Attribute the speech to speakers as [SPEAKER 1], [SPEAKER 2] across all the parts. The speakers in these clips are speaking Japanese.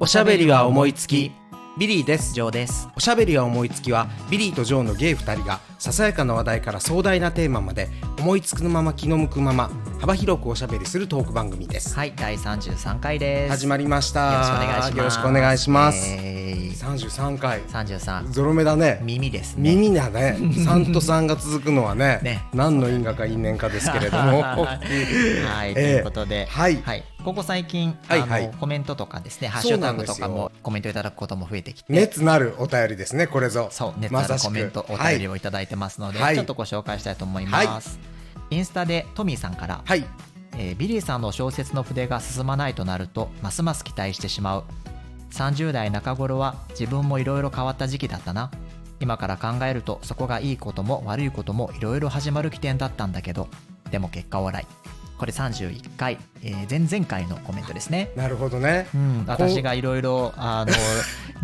[SPEAKER 1] おしゃべりは思いつきビリーです
[SPEAKER 2] ジョーです
[SPEAKER 1] おしゃべりは思いつきはビリーとジョーのゲイ2人がささやかな話題から壮大なテーマまで思いつくまま気の向くまま幅広くおしゃべりするトーク番組です
[SPEAKER 2] はい第33回です
[SPEAKER 1] 始まりました
[SPEAKER 2] よろしくお願いします
[SPEAKER 1] よろしくお願いします、
[SPEAKER 2] えー
[SPEAKER 1] 33回
[SPEAKER 2] 33
[SPEAKER 1] ゾロ目だね
[SPEAKER 2] 耳ですね
[SPEAKER 1] 耳だね3と3が続くのはね
[SPEAKER 2] ね
[SPEAKER 1] 何の因果か因縁かですけれど も
[SPEAKER 2] はい、ということで、
[SPEAKER 1] えー はい
[SPEAKER 2] ここ最近、
[SPEAKER 1] はいはい
[SPEAKER 2] あのコメントとかですねハッシ
[SPEAKER 1] そう
[SPEAKER 2] ュ
[SPEAKER 1] な
[SPEAKER 2] タ
[SPEAKER 1] んで
[SPEAKER 2] グ
[SPEAKER 1] すよ
[SPEAKER 2] とかもコメントいただくことも増えてきて、
[SPEAKER 1] 熱なるお便りですねこれぞ
[SPEAKER 2] そう熱
[SPEAKER 1] ま
[SPEAKER 2] ある
[SPEAKER 1] さし
[SPEAKER 2] コ
[SPEAKER 1] く
[SPEAKER 2] メントお
[SPEAKER 1] は
[SPEAKER 2] 便り
[SPEAKER 1] い
[SPEAKER 2] をいただいてますので、
[SPEAKER 1] はい
[SPEAKER 2] ちょっとご紹介したいと思います、インスタでトミーさんから、
[SPEAKER 1] はい
[SPEAKER 2] えービリーさんの小説の筆が進まないとなるとますます期待してしまう30代中頃は自分もいろいろ変わった時期だったな今から考えるとそこがいいことも悪いこともいろいろ始まる起点だったんだけどでも結果笑いこれ31回、えー前々回のコメントですね
[SPEAKER 1] なるほどね
[SPEAKER 2] うん、私がいろいろあの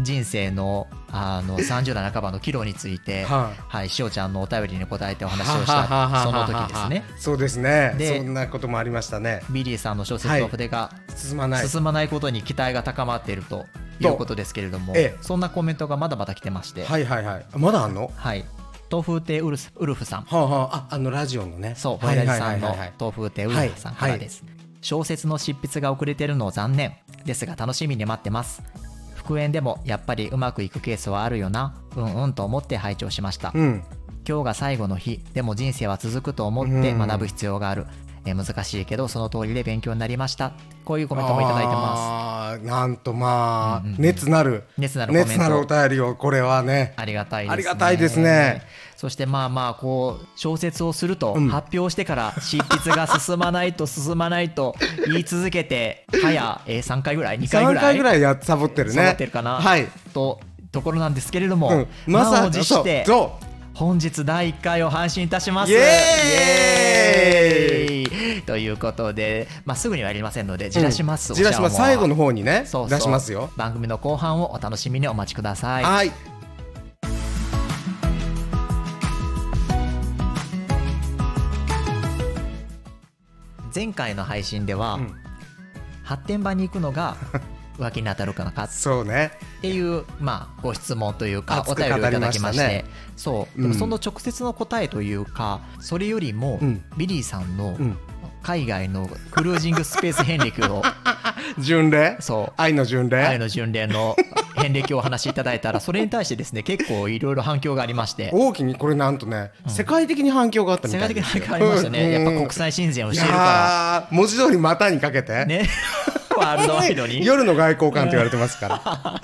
[SPEAKER 2] 人生のあの30代半ばの岐路について、は
[SPEAKER 1] はい
[SPEAKER 2] い、しおちゃんのお便りに答えてお話をし
[SPEAKER 1] はははは
[SPEAKER 2] たその時ですね。
[SPEAKER 1] そうですね
[SPEAKER 2] で
[SPEAKER 1] そんなこともありましたね
[SPEAKER 2] ビリーさんの小説の筆が
[SPEAKER 1] 進まない
[SPEAKER 2] 進まないことに期待が高まっているということですけれども、
[SPEAKER 1] ええ
[SPEAKER 2] そんなコメントがまだまだ来てまして、はい
[SPEAKER 1] はいはいはいまだあんの
[SPEAKER 2] 東風亭ウルスウルフさん、
[SPEAKER 1] はあはあああのラジオのね
[SPEAKER 2] そう、
[SPEAKER 1] はい
[SPEAKER 2] 小
[SPEAKER 1] は
[SPEAKER 2] 平
[SPEAKER 1] いは
[SPEAKER 2] さ
[SPEAKER 1] い
[SPEAKER 2] ん
[SPEAKER 1] は
[SPEAKER 2] の
[SPEAKER 1] いはい
[SPEAKER 2] 東風亭ウルフさんからです、小説の執筆が遅れてるのを残念ですが楽しみに待ってます復縁でもやっぱりうまくいくケースはあるよなうんうんと思って拝聴しました
[SPEAKER 1] うん
[SPEAKER 2] 今日が最後の日でも人生は続くと思って学ぶ必要があるえー難しいけどその通りで勉強になりましたこういうコメントもいただいてます
[SPEAKER 1] あーなんとまあ、
[SPEAKER 2] うんうんうん
[SPEAKER 1] 熱なる
[SPEAKER 2] 熱なるコメント
[SPEAKER 1] 熱なるお便りをこれはね
[SPEAKER 2] ありがたいですね。
[SPEAKER 1] ありがたいですね
[SPEAKER 2] そしてまあまあこう小説をすると
[SPEAKER 1] うん
[SPEAKER 2] 発表してから執筆が進まないと進まないと言い続けて早えー3回ぐらい2回ぐ
[SPEAKER 1] 3
[SPEAKER 2] らい
[SPEAKER 1] 回ぐらいやサボってるね
[SPEAKER 2] サボってるかな
[SPEAKER 1] はい、
[SPEAKER 2] とところなんですけれど
[SPEAKER 1] う
[SPEAKER 2] も
[SPEAKER 1] ん、、ま
[SPEAKER 2] 満
[SPEAKER 1] さ
[SPEAKER 2] を持
[SPEAKER 1] に
[SPEAKER 2] し
[SPEAKER 1] そう
[SPEAKER 2] て
[SPEAKER 1] そ
[SPEAKER 2] 本日第1回を配信いたします。
[SPEAKER 1] イエーイ
[SPEAKER 2] イエーイということで、まあ、すぐにはやりませんのでじらします、
[SPEAKER 1] うじらします
[SPEAKER 2] お茶を
[SPEAKER 1] 最後の方にね
[SPEAKER 2] そうそう
[SPEAKER 1] 出しますよ
[SPEAKER 2] 番組の後半をお楽しみにお待ちください。
[SPEAKER 1] はい
[SPEAKER 2] 前回の配信では、
[SPEAKER 1] うん
[SPEAKER 2] 発展場に行くの が浮気に当たるかなかっ
[SPEAKER 1] そうね
[SPEAKER 2] ていう、まあ、ご質問というかお
[SPEAKER 1] 熱く
[SPEAKER 2] 便りをいただきまして
[SPEAKER 1] 語りま
[SPEAKER 2] そう、
[SPEAKER 1] うん
[SPEAKER 2] でもその直接の答えというかそれよりも、
[SPEAKER 1] うん
[SPEAKER 2] ビリーさんの
[SPEAKER 1] うん
[SPEAKER 2] 海外のクルージングスペース遍歴 を
[SPEAKER 1] 巡礼
[SPEAKER 2] そう
[SPEAKER 1] 愛の巡礼
[SPEAKER 2] 愛の巡礼の遍歴をお話しいただいたらそれに対してですね結構いろいろ反響がありまして
[SPEAKER 1] 大きにこれなんとね、
[SPEAKER 2] うん
[SPEAKER 1] 世界的に反響があったみ
[SPEAKER 2] 世
[SPEAKER 1] た
[SPEAKER 2] 界
[SPEAKER 1] い
[SPEAKER 2] 的
[SPEAKER 1] で
[SPEAKER 2] に
[SPEAKER 1] す
[SPEAKER 2] 反
[SPEAKER 1] よ
[SPEAKER 2] 響ありましたねやっぱ
[SPEAKER 1] うん
[SPEAKER 2] 国際親善をしてい
[SPEAKER 1] い
[SPEAKER 2] るか
[SPEAKER 1] やー文字通り股にかけて、
[SPEAKER 2] ら ねワールドワイドに
[SPEAKER 1] 夜の外交官って言われてま すから。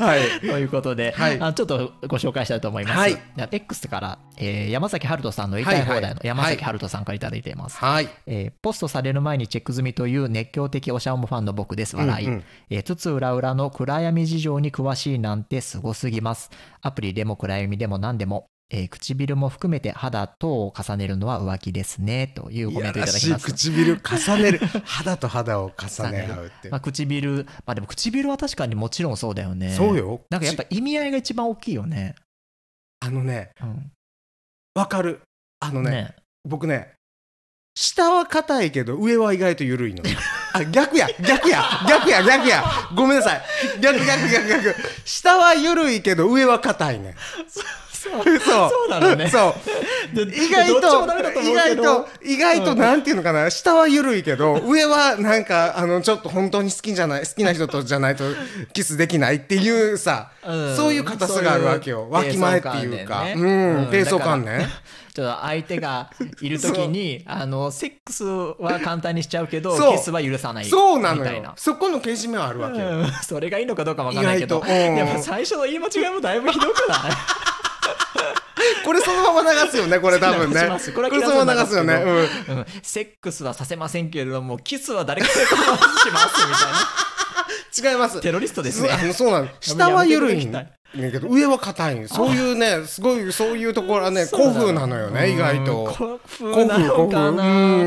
[SPEAKER 1] はい。
[SPEAKER 2] ということで、
[SPEAKER 1] はい
[SPEAKER 2] あちょっとご紹介したいと思います。
[SPEAKER 1] はい
[SPEAKER 2] X から、えー山崎春人さんの言いたい放
[SPEAKER 1] は
[SPEAKER 2] 題
[SPEAKER 1] い
[SPEAKER 2] の
[SPEAKER 1] はい
[SPEAKER 2] 山崎春人さんからいただいています。
[SPEAKER 1] はい。
[SPEAKER 2] えーポストされる前にチェック済みという熱狂的おしゃおもファンの僕です笑い、
[SPEAKER 1] うんうん
[SPEAKER 2] えーつつ裏裏の暗闇事情に詳しいなんてすごすぎますアプリでも暗闇でも何でも、えー唇も含めて肌等を重ねるのは浮気ですねという
[SPEAKER 1] い
[SPEAKER 2] コメン
[SPEAKER 1] や
[SPEAKER 2] トいた
[SPEAKER 1] ら
[SPEAKER 2] だき
[SPEAKER 1] しい
[SPEAKER 2] ます
[SPEAKER 1] 唇重ねる。肌と肌を重ね合うって
[SPEAKER 2] ま。あ、唇、まあ、でも唇は確かにもちろんそうだよね
[SPEAKER 1] そうよ。
[SPEAKER 2] なんかやっぱ
[SPEAKER 1] 口
[SPEAKER 2] 意味合いが一番大きいよね、
[SPEAKER 1] あのね、
[SPEAKER 2] うん
[SPEAKER 1] わかる。あのね、
[SPEAKER 2] ね
[SPEAKER 1] 僕ね、下は硬いけど上は意外と緩 いの。あ、逆や、逆や、逆や、逆や。ごめんなさい。逆、逆、逆、逆。下は緩いけど上は硬 いね。
[SPEAKER 2] そう
[SPEAKER 1] そう。
[SPEAKER 2] そうなのね
[SPEAKER 1] そう。意外と意外と意外と
[SPEAKER 2] うん
[SPEAKER 1] なんていうのかな、下は緩いけど上はなんかあのちょっと本当に好きじゃない好きな人とじゃな いとキスできないっていうさ、
[SPEAKER 2] うん
[SPEAKER 1] そういう硬さがあるわけ
[SPEAKER 2] そ
[SPEAKER 1] よ
[SPEAKER 2] う
[SPEAKER 1] わ
[SPEAKER 2] いう
[SPEAKER 1] きまえっていうか
[SPEAKER 2] 低層観念ね
[SPEAKER 1] うん
[SPEAKER 2] うん
[SPEAKER 1] 低層観念
[SPEAKER 2] ちょっと相手がいるときにあのセックスは簡単にしちゃうけど
[SPEAKER 1] そう
[SPEAKER 2] キスは許さないみたいな
[SPEAKER 1] そうなのよそこのけじめはあるわけよ、
[SPEAKER 2] うんそれがいいのかどうかわかんないけ
[SPEAKER 1] 意
[SPEAKER 2] ど
[SPEAKER 1] 外とうん
[SPEAKER 2] やっぱ最初の言い間違いもだいぶひどくない
[SPEAKER 1] これそのまま流すよね これ多分ね
[SPEAKER 2] 流しますこれは
[SPEAKER 1] そのまま流すよね、
[SPEAKER 2] 切ら
[SPEAKER 1] うん、
[SPEAKER 2] うんセックスはさせませんけれどもキスは誰かがしますみたいな
[SPEAKER 1] 違います
[SPEAKER 2] テロリストですね
[SPEAKER 1] そうあのそうなの下は緩いん
[SPEAKER 2] や
[SPEAKER 1] だけど上は硬いんそういうねすごいそういうところはね古風なのよね意外と。
[SPEAKER 2] 古風なのかな
[SPEAKER 1] 古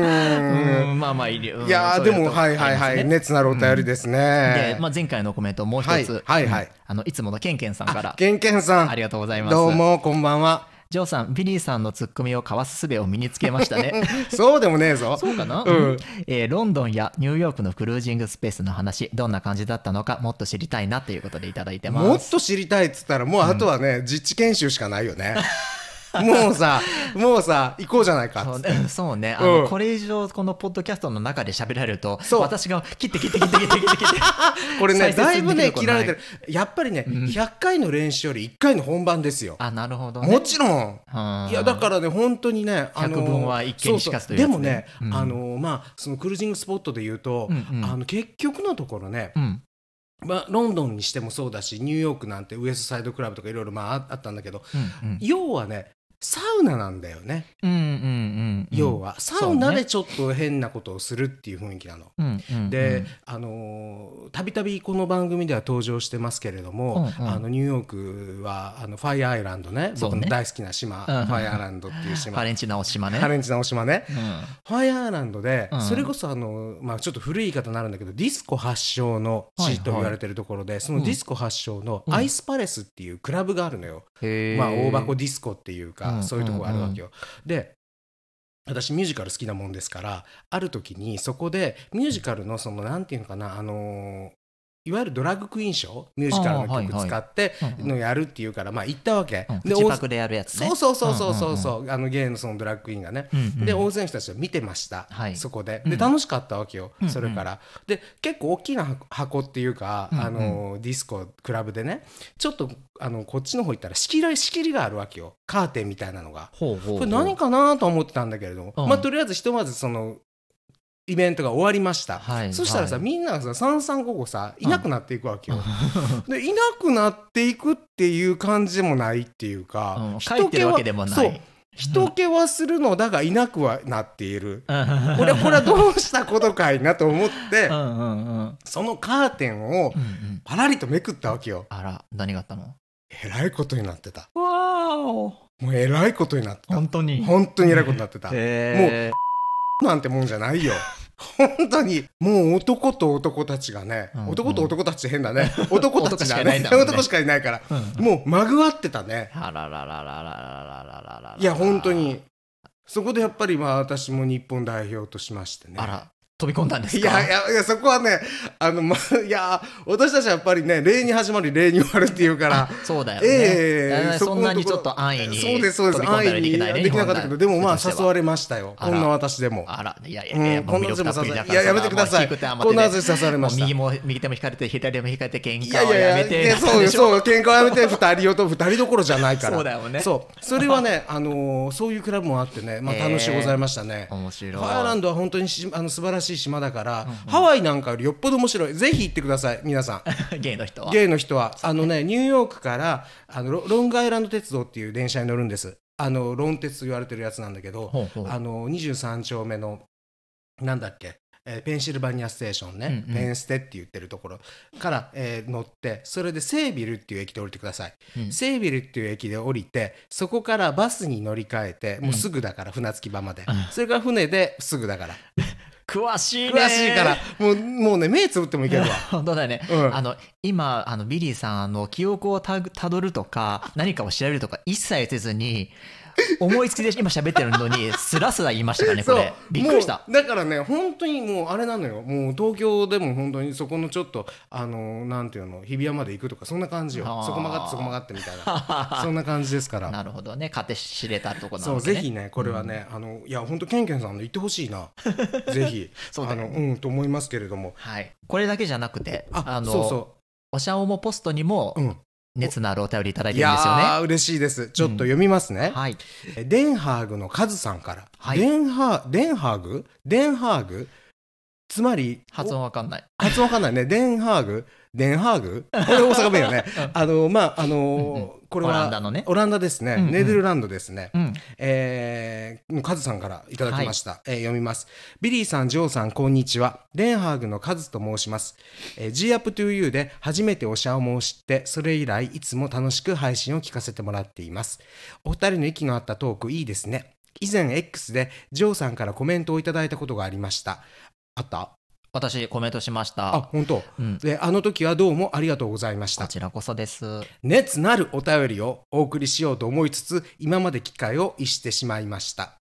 [SPEAKER 1] 風うん
[SPEAKER 2] うんまあまあいいよ
[SPEAKER 1] いやー
[SPEAKER 2] そう
[SPEAKER 1] で
[SPEAKER 2] う
[SPEAKER 1] も
[SPEAKER 2] とこ
[SPEAKER 1] はいは
[SPEAKER 2] あ
[SPEAKER 1] い
[SPEAKER 2] ります
[SPEAKER 1] は
[SPEAKER 2] ね
[SPEAKER 1] い熱なるお便りですね
[SPEAKER 2] で、。まあ、前回のコメントもう一つ、
[SPEAKER 1] はいはいはい
[SPEAKER 2] うんあのいつものケンケンさんから
[SPEAKER 1] けんけんさん
[SPEAKER 2] ありがとうございます
[SPEAKER 1] どうもこんばんは。
[SPEAKER 2] ジョーさんビリーさんのツッコミをかわす術を身につけましたね
[SPEAKER 1] そうでもねえぞ
[SPEAKER 2] そうかな、
[SPEAKER 1] うん
[SPEAKER 2] えーロンドンやニューヨークのクルージングスペースの話どんな感じだったのかもっと知りたいなということでいただいてます
[SPEAKER 1] もっと知りたいっつったらもうあとはね、実地研修しかないよねもうさもうさ行こうじゃないかっ
[SPEAKER 2] そ
[SPEAKER 1] つっ
[SPEAKER 2] う
[SPEAKER 1] て
[SPEAKER 2] ねそうね、あの
[SPEAKER 1] うん
[SPEAKER 2] これ以上このポッドキャストの中で喋られると
[SPEAKER 1] そう
[SPEAKER 2] 私が切って切って切って切って切って切って
[SPEAKER 1] これね
[SPEAKER 2] 再生
[SPEAKER 1] だいぶ
[SPEAKER 2] で
[SPEAKER 1] ね
[SPEAKER 2] きること
[SPEAKER 1] 切られてるやっぱりね、100回の練習より1回の本番ですよ
[SPEAKER 2] あなるほど、ね、
[SPEAKER 1] もちろ
[SPEAKER 2] う
[SPEAKER 1] ん
[SPEAKER 2] ん
[SPEAKER 1] いやだからね本当にね、あの
[SPEAKER 2] 百聞は一見にしかずという
[SPEAKER 1] そ
[SPEAKER 2] やつ
[SPEAKER 1] うそ
[SPEAKER 2] ね
[SPEAKER 1] うでもね、
[SPEAKER 2] うん
[SPEAKER 1] あのまあそのクルージングスポットで言うと、
[SPEAKER 2] うんうん
[SPEAKER 1] あの結局のところね、
[SPEAKER 2] うん
[SPEAKER 1] まあ、ロンドンにしてもそうだしニューヨークなんてウエストサイドクラブとかいろいろまあああったんだけど
[SPEAKER 2] うんうん
[SPEAKER 1] 要はねサウナなんだよね、
[SPEAKER 2] うんうんうん
[SPEAKER 1] 要はサウ
[SPEAKER 2] そ
[SPEAKER 1] ナ
[SPEAKER 2] うね
[SPEAKER 1] でちょっと変なことをするっていう雰囲気なの。
[SPEAKER 2] うんうんうん
[SPEAKER 1] で、あのーたびたびこの番組では登場してますけれども、
[SPEAKER 2] うんうん
[SPEAKER 1] あのニューヨークはあのファイアーアイランドね
[SPEAKER 2] そうね
[SPEAKER 1] 僕の大好きな島、
[SPEAKER 2] うんうんうん
[SPEAKER 1] ファイアーアイランドってい う島
[SPEAKER 2] ハレンチ直島ね
[SPEAKER 1] ハレンチ直島ね
[SPEAKER 2] うん
[SPEAKER 1] ファイアーランドで、
[SPEAKER 2] うん
[SPEAKER 1] それこそあの、まあ、ちょっと古い言い方になるんだけどディスコ発祥の地と言われてるところで、そのディスコ発祥のアイスパレスっていうクラブがあるのよ、
[SPEAKER 2] へー
[SPEAKER 1] まあ、大箱ディスコっていうか、
[SPEAKER 2] うん
[SPEAKER 1] そういうとこがあるわけよ。で私ミュージカル好きなもんですからある時にそこでミュージカルのそのなんていうのかなあのーいわゆるドラッグクイーンショーミュージカル
[SPEAKER 2] あーは
[SPEAKER 1] の
[SPEAKER 2] いはい
[SPEAKER 1] 曲使って
[SPEAKER 2] うんうん
[SPEAKER 1] のやるっていうからまあ行ったわけ、
[SPEAKER 2] うん
[SPEAKER 1] で
[SPEAKER 2] 口パクでやるやつね
[SPEAKER 1] そうそうそうそうそうそうあの芸のそのドラッグクイーンがね、
[SPEAKER 2] うんうん
[SPEAKER 1] で大勢の人たちは見てました、
[SPEAKER 2] はい
[SPEAKER 1] そこで
[SPEAKER 2] う
[SPEAKER 1] で
[SPEAKER 2] ん
[SPEAKER 1] 楽しかったわけよ、
[SPEAKER 2] うんうん
[SPEAKER 1] それからで結構大きな箱箱っていうか、
[SPEAKER 2] うんうん
[SPEAKER 1] あのディスコクラブでねちょっとあのこっちの方行ったら仕切り仕切りがあるわけよカーテンみたいなのが
[SPEAKER 2] ほうほうほう
[SPEAKER 1] これ何かなと思ってたんだけれども、
[SPEAKER 2] うん
[SPEAKER 1] まあとりあえずひとまずそのイベントが終わりました、
[SPEAKER 2] はい
[SPEAKER 1] そしたらさ、
[SPEAKER 2] はい
[SPEAKER 1] みんながさ三三五五さいなくなっていくわけよ、でいなくなっていくっていう感じでもないっていうか、
[SPEAKER 2] うん書いてるわけでもない
[SPEAKER 1] そう人気はするのだがいなくはなっている
[SPEAKER 2] うん
[SPEAKER 1] 俺これはどうしたことかいなと思って
[SPEAKER 2] うんうんうん
[SPEAKER 1] そのカーテンを
[SPEAKER 2] うんうん
[SPEAKER 1] パラリとめくったわけよ
[SPEAKER 2] あら何があったの
[SPEAKER 1] えらいことになってた
[SPEAKER 2] わお
[SPEAKER 1] もうえらいことになってた
[SPEAKER 2] 本当に
[SPEAKER 1] 本当にえらいことになってた
[SPEAKER 2] へ
[SPEAKER 1] なんてもんじゃないよ本当にもう男と男たちがね
[SPEAKER 2] うんうん
[SPEAKER 1] 男と男たちって変だね男たちがね
[SPEAKER 2] 男しかいないんだもんね
[SPEAKER 1] 男しかいないから
[SPEAKER 2] ーうん
[SPEAKER 1] もうまぐわってたね
[SPEAKER 2] あらららららららららら
[SPEAKER 1] いや本当にそこでやっぱりまあ私も日本代表としましてね
[SPEAKER 2] あら飛び込んだんですか
[SPEAKER 1] いやいやいやそこはねあの、ま、いや私たちはやっぱりね礼に始まり礼に終わるっていうから。
[SPEAKER 2] そうだよね、
[SPEAKER 1] ええ
[SPEAKER 2] だからそんなに
[SPEAKER 1] こ
[SPEAKER 2] ち
[SPEAKER 1] の
[SPEAKER 2] ょっ
[SPEAKER 1] ところ
[SPEAKER 2] と安易に
[SPEAKER 1] そうですそうで
[SPEAKER 2] 飛
[SPEAKER 1] す
[SPEAKER 2] び込んだ
[SPEAKER 1] 安
[SPEAKER 2] りでき
[SPEAKER 1] 易に
[SPEAKER 2] ないね
[SPEAKER 1] できなかったけどでもまあ誘わ
[SPEAKER 2] れ
[SPEAKER 1] れましたよ
[SPEAKER 2] あら
[SPEAKER 1] こんな私でも
[SPEAKER 2] あらいやいや
[SPEAKER 1] う
[SPEAKER 2] いや、
[SPEAKER 1] ん
[SPEAKER 2] もう
[SPEAKER 1] こんな
[SPEAKER 2] 魅
[SPEAKER 1] 私
[SPEAKER 2] 力
[SPEAKER 1] で
[SPEAKER 2] たっぷりだ
[SPEAKER 1] も誘わ
[SPEAKER 2] か
[SPEAKER 1] れい
[SPEAKER 2] ら
[SPEAKER 1] ややめてください
[SPEAKER 2] もう低くて
[SPEAKER 1] こんな私誘われました
[SPEAKER 2] もう右も右手も引かれて左手も引かれて喧
[SPEAKER 1] い
[SPEAKER 2] 嘩
[SPEAKER 1] やい
[SPEAKER 2] はや
[SPEAKER 1] や
[SPEAKER 2] め
[SPEAKER 1] いや
[SPEAKER 2] て
[SPEAKER 1] いや
[SPEAKER 2] なん
[SPEAKER 1] そう
[SPEAKER 2] で
[SPEAKER 1] よ
[SPEAKER 2] しょ
[SPEAKER 1] そうよ喧嘩はやめて二人よと二人どころじゃないから
[SPEAKER 2] そうだよね
[SPEAKER 1] そうそれはねあのーそういうクラブもあってねまあ
[SPEAKER 2] ええ
[SPEAKER 1] 楽しいございましたね
[SPEAKER 2] 面白い
[SPEAKER 1] ファイアランドは本当にしあの素晴らしい島だからハワイなんかよりよっぽど面白いぜひ行ってください皆さん
[SPEAKER 2] ゲイの人は
[SPEAKER 1] ゲイの人は、あのね、ニューヨークからあのロロングアイランド鉄道っていう電車に乗るんです。あの、ロン鉄と言われてるやつなんだけど、
[SPEAKER 2] ほうほう
[SPEAKER 1] あの、23丁目の、なんだっけ、えーペンシルバニアステーションね、
[SPEAKER 2] うんうん
[SPEAKER 1] ペンステって言ってるところから、えー乗って、それでセービルっていう駅で降りてください。
[SPEAKER 2] うん
[SPEAKER 1] セービルっていう駅で降りて、そこからバスに乗り換えて、もうすぐだから、船着き場まで。それから船ですぐだから。
[SPEAKER 2] 詳しいね
[SPEAKER 1] 詳しいから、もう、もうね、目つぶってもいける わ。
[SPEAKER 2] 本当だね、
[SPEAKER 1] うん
[SPEAKER 2] あの今あのビリーさんあの記憶をたたどるとか何かを調べるとか一切せずに思いつきで今喋ってるのにスラスラ言いましたからねこれびっくりした
[SPEAKER 1] もうだからね本当にもうあれなのよもう東京でも本当にそこのちょっとあのなんていうの日比谷まで行くとかそんな感じよ
[SPEAKER 2] あー
[SPEAKER 1] そこ曲がってそこ曲がってみたい なそんな感じですから
[SPEAKER 2] なるほどね勝手知れたとこな
[SPEAKER 1] そ
[SPEAKER 2] の
[SPEAKER 1] う
[SPEAKER 2] で、ね、
[SPEAKER 1] ぜひねこれはね、あのいや本当ケンケンさんの行ってほし いなぜひ
[SPEAKER 2] そうだ
[SPEAKER 1] あ
[SPEAKER 2] ね
[SPEAKER 1] のうんと思いますけれども
[SPEAKER 2] はい、これだけじゃなくて
[SPEAKER 1] あ
[SPEAKER 2] あの
[SPEAKER 1] そうそ
[SPEAKER 2] おしゃおもポストにも
[SPEAKER 1] ううん
[SPEAKER 2] 熱のあるお便りいただい
[SPEAKER 1] い
[SPEAKER 2] てるん
[SPEAKER 1] や
[SPEAKER 2] ですよね、
[SPEAKER 1] ー嬉しいですちょっと読みますね、
[SPEAKER 2] はい
[SPEAKER 1] えデンハーグのカズさんから、
[SPEAKER 2] はい
[SPEAKER 1] デンハデンハーグデンハーグつまり
[SPEAKER 2] 発音わかんない
[SPEAKER 1] 発音わかんないね。デンハーグデンハーグこれ大阪弁よね。あの、まあ、あのこれは、
[SPEAKER 2] オランダのね
[SPEAKER 1] オランダですね。
[SPEAKER 2] うんうん
[SPEAKER 1] ネデルランドですね。
[SPEAKER 2] うん
[SPEAKER 1] えー、カズさんからいただきました、えー読みますビリーさんジョーさんこんにちはレンハーグのカズと申します、えー、G up to you で初めておしゃおもを知ってそれ以来いつも楽しく配信を聞かせてもらっていますお二人の息の合ったトークいいですね以前 X でジョーさんからコメントをいただいたことがありましたあった
[SPEAKER 2] 私コメントしまし
[SPEAKER 1] あ
[SPEAKER 2] た
[SPEAKER 1] 本当、
[SPEAKER 2] うん
[SPEAKER 1] であの時はどうもありがとうございまし
[SPEAKER 2] こ
[SPEAKER 1] た
[SPEAKER 2] ちらこそです
[SPEAKER 1] 熱なるお便りをお送りしようと思いつつ今まで機会を逸してしまいました、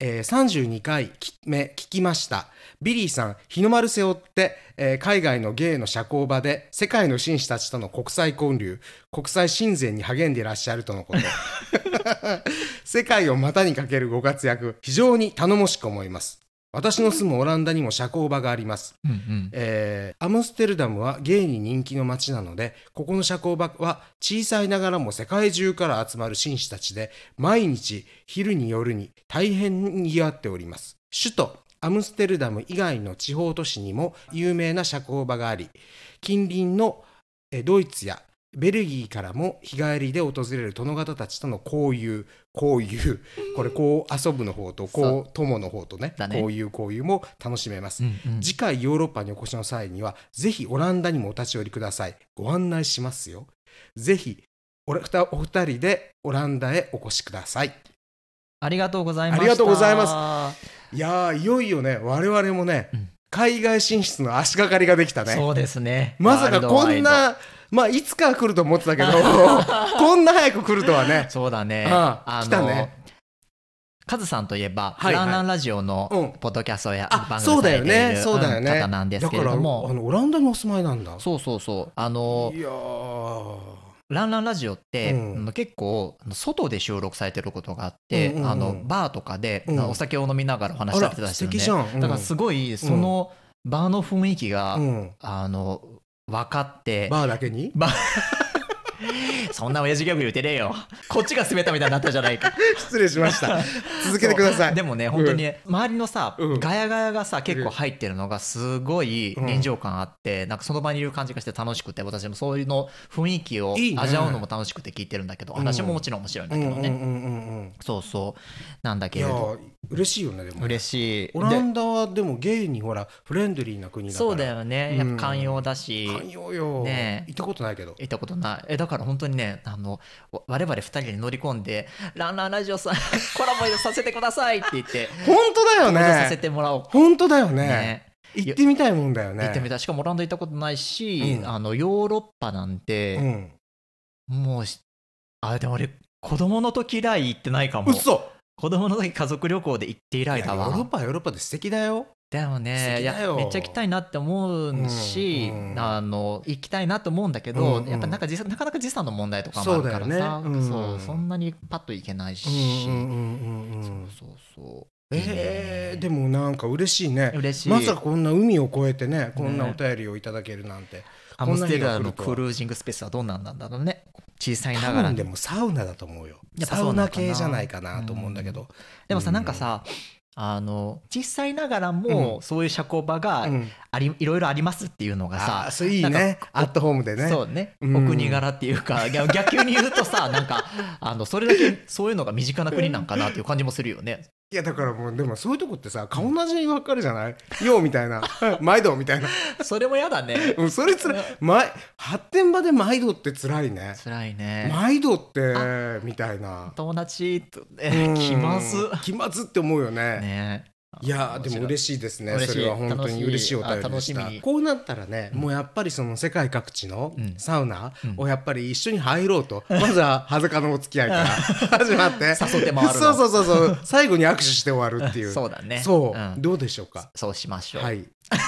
[SPEAKER 1] えー32回目聞きましたビリーさん日の丸背負って、えー海外の芸の社交場で世界の紳士たちとの国際交流国際親善に励んでいらっしゃるとのこと 世界を股にかけるご活躍非常に頼もしく思います私の住むオランダにも社交場があります
[SPEAKER 2] うんうん
[SPEAKER 1] えーアムステルダムはゲイに人気の街なのでここの社交場は小さいながらも世界中から集まる紳士たちで毎日昼に夜に大変にぎわっております首都アムステルダム以外の地方都市にも有名な社交場があり近隣のえードイツやベルギーからも日帰りで訪れる殿方たちとの交友交友これこう遊ぶの方とこう友の方とね
[SPEAKER 2] だね
[SPEAKER 1] 交友交友も楽しめます
[SPEAKER 2] うんうん
[SPEAKER 1] 次回ヨーロッパにお越しの際には、ぜひオランダにもお立ち寄りください。ご案内しますよ。ぜひおらふたお二人でオランダへお越しください。
[SPEAKER 2] ありがとうございました
[SPEAKER 1] ありがとうござい
[SPEAKER 2] ま
[SPEAKER 1] いやー、いよいよね、我々もね、
[SPEAKER 2] うん
[SPEAKER 1] 海外進出の足がかりができたね。
[SPEAKER 2] そうですね
[SPEAKER 1] まさかこん
[SPEAKER 2] ワールドワイ
[SPEAKER 1] な、まあ、いつかは来ると思ってた けど、こんな早く来るとはね
[SPEAKER 2] ド。そうだね
[SPEAKER 1] ああ来たね
[SPEAKER 2] カズさんといえば、
[SPEAKER 1] はいはい
[SPEAKER 2] ランランラジオ
[SPEAKER 1] うん
[SPEAKER 2] のポッドキャストや
[SPEAKER 1] あ
[SPEAKER 2] 番
[SPEAKER 1] そ
[SPEAKER 2] 組さ
[SPEAKER 1] うだ
[SPEAKER 2] れ
[SPEAKER 1] よ
[SPEAKER 2] てい
[SPEAKER 1] ね
[SPEAKER 2] る
[SPEAKER 1] そうだよね
[SPEAKER 2] うん方なんです
[SPEAKER 1] だ
[SPEAKER 2] け
[SPEAKER 1] か
[SPEAKER 2] れ
[SPEAKER 1] ら、あ
[SPEAKER 2] ども、
[SPEAKER 1] のオランダにお住まいなんだ。
[SPEAKER 2] そうそうそうあの
[SPEAKER 1] いやー。
[SPEAKER 2] ランランラジオって、
[SPEAKER 1] うん
[SPEAKER 2] あの結構あの外で収録されてることがあって、
[SPEAKER 1] うんうんうん
[SPEAKER 2] あのバーとかで、
[SPEAKER 1] うん
[SPEAKER 2] お酒を飲みながらお話
[SPEAKER 1] あ
[SPEAKER 2] しされ
[SPEAKER 1] ら、
[SPEAKER 2] てたりす
[SPEAKER 1] 素
[SPEAKER 2] るね
[SPEAKER 1] 敵じゃん。うん
[SPEAKER 2] だからすごいそのバーの雰囲気が、
[SPEAKER 1] うん
[SPEAKER 2] あの分かって
[SPEAKER 1] バーだけに
[SPEAKER 2] そんな親父ギャグ言うてねえよ こっちが滑ったみたいになったじゃない か
[SPEAKER 1] 失礼し ました。続けてくださ
[SPEAKER 2] そ
[SPEAKER 1] い。
[SPEAKER 2] うでもね本当にね、周りのさ、
[SPEAKER 1] うん
[SPEAKER 2] ガヤガヤがさ結構入ってるのがすごい
[SPEAKER 1] うん
[SPEAKER 2] 臨場感あって、なんかその場にいる感じがして楽しくて私もそういうの雰囲気を
[SPEAKER 1] いいね
[SPEAKER 2] 味わうのも楽しくて聞いてるんだけど
[SPEAKER 1] うん
[SPEAKER 2] 話ももちろん面白いんだけどね、
[SPEAKER 1] うんうんうんうんうん
[SPEAKER 2] そうそうなんだけ
[SPEAKER 1] い
[SPEAKER 2] れ
[SPEAKER 1] や
[SPEAKER 2] ど
[SPEAKER 1] ー嬉しいよねでも
[SPEAKER 2] 嬉しい
[SPEAKER 1] オラ
[SPEAKER 2] で
[SPEAKER 1] ンダはでもゲイにほらフレンドリーな国だから
[SPEAKER 2] そうだよねやっぱ寛容だし、
[SPEAKER 1] 寛容よ、
[SPEAKER 2] ねえ
[SPEAKER 1] 行ったことないけど
[SPEAKER 2] 行ったことないえだから本当にねあのわ我々2人に乗り込んで「ランランラジオさん コラボさせてください」って言 って
[SPEAKER 1] 本当だよ
[SPEAKER 2] 登場させ
[SPEAKER 1] ね
[SPEAKER 2] てもらおう
[SPEAKER 1] 本当だよね
[SPEAKER 2] ね
[SPEAKER 1] 行ってみたいもんだよね
[SPEAKER 2] 行ってみたいしかもオランダ行ったことないし、
[SPEAKER 1] うん
[SPEAKER 2] あのヨーロッパなんて、
[SPEAKER 1] うん
[SPEAKER 2] もうしあでも俺子供の時以来行ってないかも
[SPEAKER 1] 嘘
[SPEAKER 2] 子供の時家族旅行で行って以
[SPEAKER 1] い
[SPEAKER 2] 来
[SPEAKER 1] や
[SPEAKER 2] だ
[SPEAKER 1] ヨーロッ
[SPEAKER 2] わ
[SPEAKER 1] パはヨーロッパで素敵だよ
[SPEAKER 2] でも
[SPEAKER 1] 素
[SPEAKER 2] ねい
[SPEAKER 1] 敵だよ
[SPEAKER 2] やめっちゃ行きたいなって思うし、
[SPEAKER 1] うんうん
[SPEAKER 2] あの行きたいなと思うんだけど、
[SPEAKER 1] うんうん
[SPEAKER 2] やっぱなんか時差なかなか時差の問題とかもあるからさ
[SPEAKER 1] そうだよねうん
[SPEAKER 2] そうそんなにパッと行けないし、
[SPEAKER 1] うんうんうんうんうん
[SPEAKER 2] そうそうそう。
[SPEAKER 1] えー、で
[SPEAKER 2] も
[SPEAKER 1] もなんか嬉しいね
[SPEAKER 2] 嬉しい。
[SPEAKER 1] まさかこんな海を越えてねこんなお便りをいただけるなんて、
[SPEAKER 2] アムステルダムのクルージングスペースはどんなんなんだろうね。小さいな
[SPEAKER 1] 多
[SPEAKER 2] がら
[SPEAKER 1] 分
[SPEAKER 2] に。
[SPEAKER 1] で
[SPEAKER 2] で
[SPEAKER 1] もサウナだと思うよ
[SPEAKER 2] やっぱ
[SPEAKER 1] サ
[SPEAKER 2] そう
[SPEAKER 1] ウ
[SPEAKER 2] な
[SPEAKER 1] ナ
[SPEAKER 2] のかな
[SPEAKER 1] 系じゃないかなと思うんだけど、
[SPEAKER 2] もさ、
[SPEAKER 1] うん
[SPEAKER 2] なんかさ、あの実際ながらも、
[SPEAKER 1] うん
[SPEAKER 2] そういう社交場が
[SPEAKER 1] うん
[SPEAKER 2] あり、いろいろありますっていうのが
[SPEAKER 1] あ
[SPEAKER 2] さ
[SPEAKER 1] あ、それいい
[SPEAKER 2] なん
[SPEAKER 1] ねアットホームでね
[SPEAKER 2] そうね、
[SPEAKER 1] うん
[SPEAKER 2] お国柄っていうか 逆逆に言うとさなんかあのそれだけそういうのが身近な国なんかなっていう感じもするよね
[SPEAKER 1] いやだからもうでもそういうとこってさ顔なじみばっかりじゃないようみたいな 毎度みたいな
[SPEAKER 2] それもやだね
[SPEAKER 1] うん それつらい前発展場で毎度ってつらいね
[SPEAKER 2] 辛いね、
[SPEAKER 1] 毎度ってみたいな
[SPEAKER 2] 友達と、
[SPEAKER 1] う
[SPEAKER 2] え
[SPEAKER 1] ん
[SPEAKER 2] 気まず
[SPEAKER 1] 気まずって思うよね
[SPEAKER 2] ね
[SPEAKER 1] いやーでも
[SPEAKER 2] しい
[SPEAKER 1] 嬉しいですね
[SPEAKER 2] 嬉しい
[SPEAKER 1] それは本当に嬉しいお便りでし
[SPEAKER 2] 楽しいあ楽し
[SPEAKER 1] た
[SPEAKER 2] みに
[SPEAKER 1] こうなったらね、もうやっぱりその世界各地の
[SPEAKER 2] うん
[SPEAKER 1] サウナ
[SPEAKER 2] うん
[SPEAKER 1] をやっぱり一緒に入ろうと、ま ずは裸のお付き合いから始まって
[SPEAKER 2] 誘って回るの
[SPEAKER 1] そうそうそうそう最後に握手して終わるっていう
[SPEAKER 2] そうだね
[SPEAKER 1] そ
[SPEAKER 2] う
[SPEAKER 1] う、
[SPEAKER 2] ん
[SPEAKER 1] どうでしょうか
[SPEAKER 2] そうしましょう、
[SPEAKER 1] はい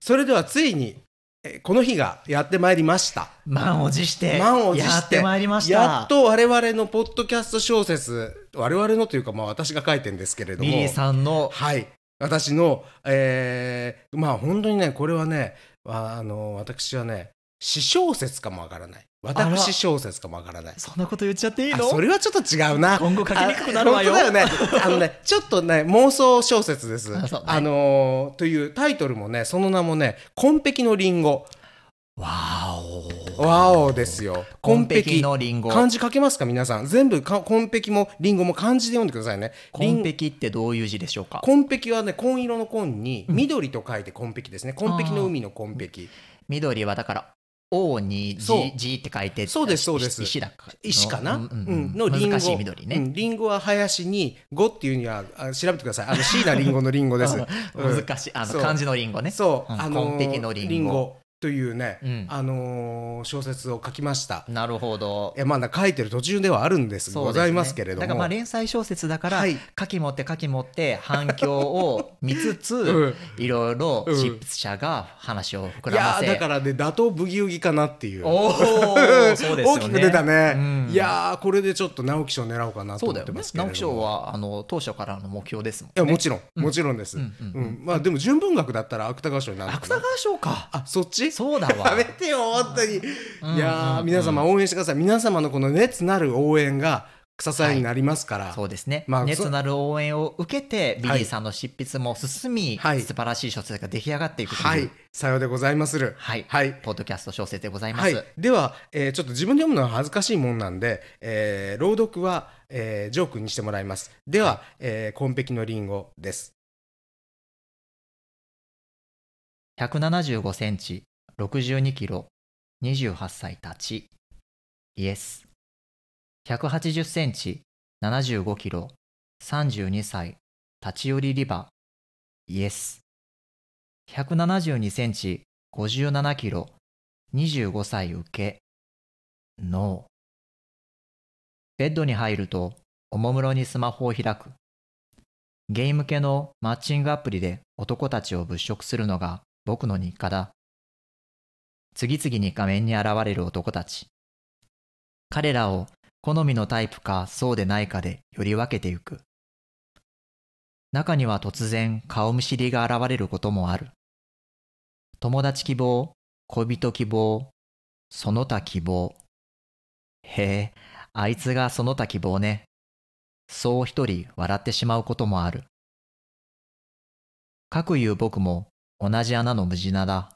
[SPEAKER 1] それではついにえーこの日がやってまいりました
[SPEAKER 2] 満を持して
[SPEAKER 1] 満を持して
[SPEAKER 2] やってまいりました
[SPEAKER 1] やっと我々のポッドキャスト小説我々のというかまあ私が書いてんですけれども
[SPEAKER 2] リリーさんの
[SPEAKER 1] はい私のえーまあ本当にねこれはねああの私はね私小説かもわからない私小説かもわからない
[SPEAKER 2] そんなこと言っちゃっていい
[SPEAKER 1] あ
[SPEAKER 2] の
[SPEAKER 1] それはちょっと違うな
[SPEAKER 2] 今後書きにくくなるわよ
[SPEAKER 1] あ本当だよねあのねちょっとね妄想小説です
[SPEAKER 2] あそう
[SPEAKER 1] あのーというタイトルもねその名もね「紺碧のリンゴ
[SPEAKER 2] わお」
[SPEAKER 1] わおですよ
[SPEAKER 2] 紺碧のリンゴ
[SPEAKER 1] 漢字書けますか皆さん全部か紺碧もリンゴも漢字で読んでくださいねリン
[SPEAKER 2] 紺碧ってどういう字でしょうか
[SPEAKER 1] 紺碧はね紺色の紺に緑と書いて紺碧ですね紺碧の海の紺碧
[SPEAKER 2] 緑はだから王に
[SPEAKER 1] そう
[SPEAKER 2] 字字って書いて
[SPEAKER 1] そうですそうです
[SPEAKER 2] 石だか
[SPEAKER 1] 石かな、
[SPEAKER 2] うんうん
[SPEAKER 1] うん
[SPEAKER 2] う
[SPEAKER 1] の
[SPEAKER 2] ん
[SPEAKER 1] リンゴ
[SPEAKER 2] 難しい緑ね、
[SPEAKER 1] うんリンゴは林に五っていうにはあ調べてくださ いあの椎名林檎のリンゴですうん
[SPEAKER 2] 難しいあ
[SPEAKER 1] そ
[SPEAKER 2] の
[SPEAKER 1] う
[SPEAKER 2] 漢字のリンゴね
[SPEAKER 1] そう、
[SPEAKER 2] うん
[SPEAKER 1] あのー
[SPEAKER 2] 紺碧のリンゴ
[SPEAKER 1] というね、
[SPEAKER 2] うん
[SPEAKER 1] あのー小説を書きました。
[SPEAKER 2] なるほど
[SPEAKER 1] いやまだ書いてる途中ではあるんです
[SPEAKER 2] そう
[SPEAKER 1] ご
[SPEAKER 2] でね
[SPEAKER 1] ざいますけれども。
[SPEAKER 2] だからまあ連載小説だから、
[SPEAKER 1] はい
[SPEAKER 2] 書き持って書き持って反響を見つつ、
[SPEAKER 1] うん
[SPEAKER 2] いろいろ
[SPEAKER 1] うん
[SPEAKER 2] 執筆者が話を膨
[SPEAKER 1] い
[SPEAKER 2] らま
[SPEAKER 1] や
[SPEAKER 2] せ
[SPEAKER 1] ーだからね打倒ブギウギかなっていう。
[SPEAKER 2] おお
[SPEAKER 1] うん
[SPEAKER 2] そうですよね
[SPEAKER 1] 大きく出たね、
[SPEAKER 2] うん
[SPEAKER 1] いやーこれでちょっと直木賞狙おうかなと
[SPEAKER 2] そう
[SPEAKER 1] 思
[SPEAKER 2] だ
[SPEAKER 1] っ
[SPEAKER 2] よ
[SPEAKER 1] て
[SPEAKER 2] ね
[SPEAKER 1] ますけれど
[SPEAKER 2] 直
[SPEAKER 1] も
[SPEAKER 2] 木賞はあの当初からの目標ですもん
[SPEAKER 1] いやも
[SPEAKER 2] ね
[SPEAKER 1] ちろん、もちろんです、
[SPEAKER 2] う
[SPEAKER 1] うんん
[SPEAKER 2] うん
[SPEAKER 1] まあでも純文学だったら芥川賞になるのか
[SPEAKER 2] 芥
[SPEAKER 1] な
[SPEAKER 2] 川賞か
[SPEAKER 1] あそっち
[SPEAKER 2] そうだわ
[SPEAKER 1] やめてよ本当に、
[SPEAKER 2] うん
[SPEAKER 1] いやー皆様応援してください皆様のこの熱なる応援が支えになりますから、
[SPEAKER 2] そうですね、
[SPEAKER 1] まあ
[SPEAKER 2] 熱
[SPEAKER 1] そ
[SPEAKER 2] なる応援を受けてビリーさんの執筆も進み、
[SPEAKER 1] はい
[SPEAKER 2] 素晴らしい小説が出来上がっていくという
[SPEAKER 1] はい、さようでございまする。
[SPEAKER 2] はい
[SPEAKER 1] はい。
[SPEAKER 2] ポッドキャスト小説でございま
[SPEAKER 1] は
[SPEAKER 2] す、
[SPEAKER 1] い、では、えーちょっと自分で読むのは恥ずかしいもんなんで、えー朗読は、えージョー君にしてもらいます。では、えー、紺碧のリンゴです。
[SPEAKER 2] 175センチ、62キロ、28歳立ち。イエス。180センチ、75キロ、32歳、立ち寄りリバ。イエス。172センチ、57キロ、25歳受け。ノー。ベッドに入ると、おもむろにスマホを開く。ゲーム系のマッチングアプリで男たちを物色するのが僕の日課だ。次々に画面に現れる男たち。彼らを好みのタイプかそうでないかでより分けていく。中には突然顔見知りが現れることもある。友達希望、恋人希望、その他希望。へえ、あいつがその他希望ね。そう一人笑ってしまうこともある。かくいう僕も同じ穴の無地なだ。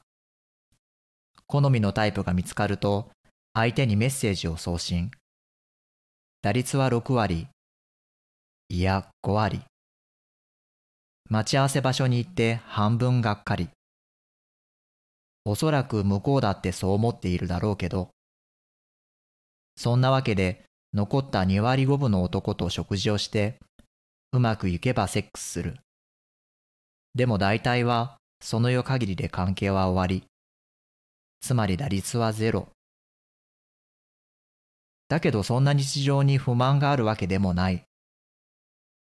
[SPEAKER 2] 好みのタイプが見つかると、相手にメッセージを送信。打率は6割。いや、5割。待ち合わせ場所に行って半分がっかり。おそらく向こうだってそう思っているだろうけど。そんなわけで、残った2割5分の男と食事をして、うまくいけばセックスする。でも大体は、その世限りで関係は終わり。つまり打率はゼロ。だけどそんな日常に不満があるわけでもない。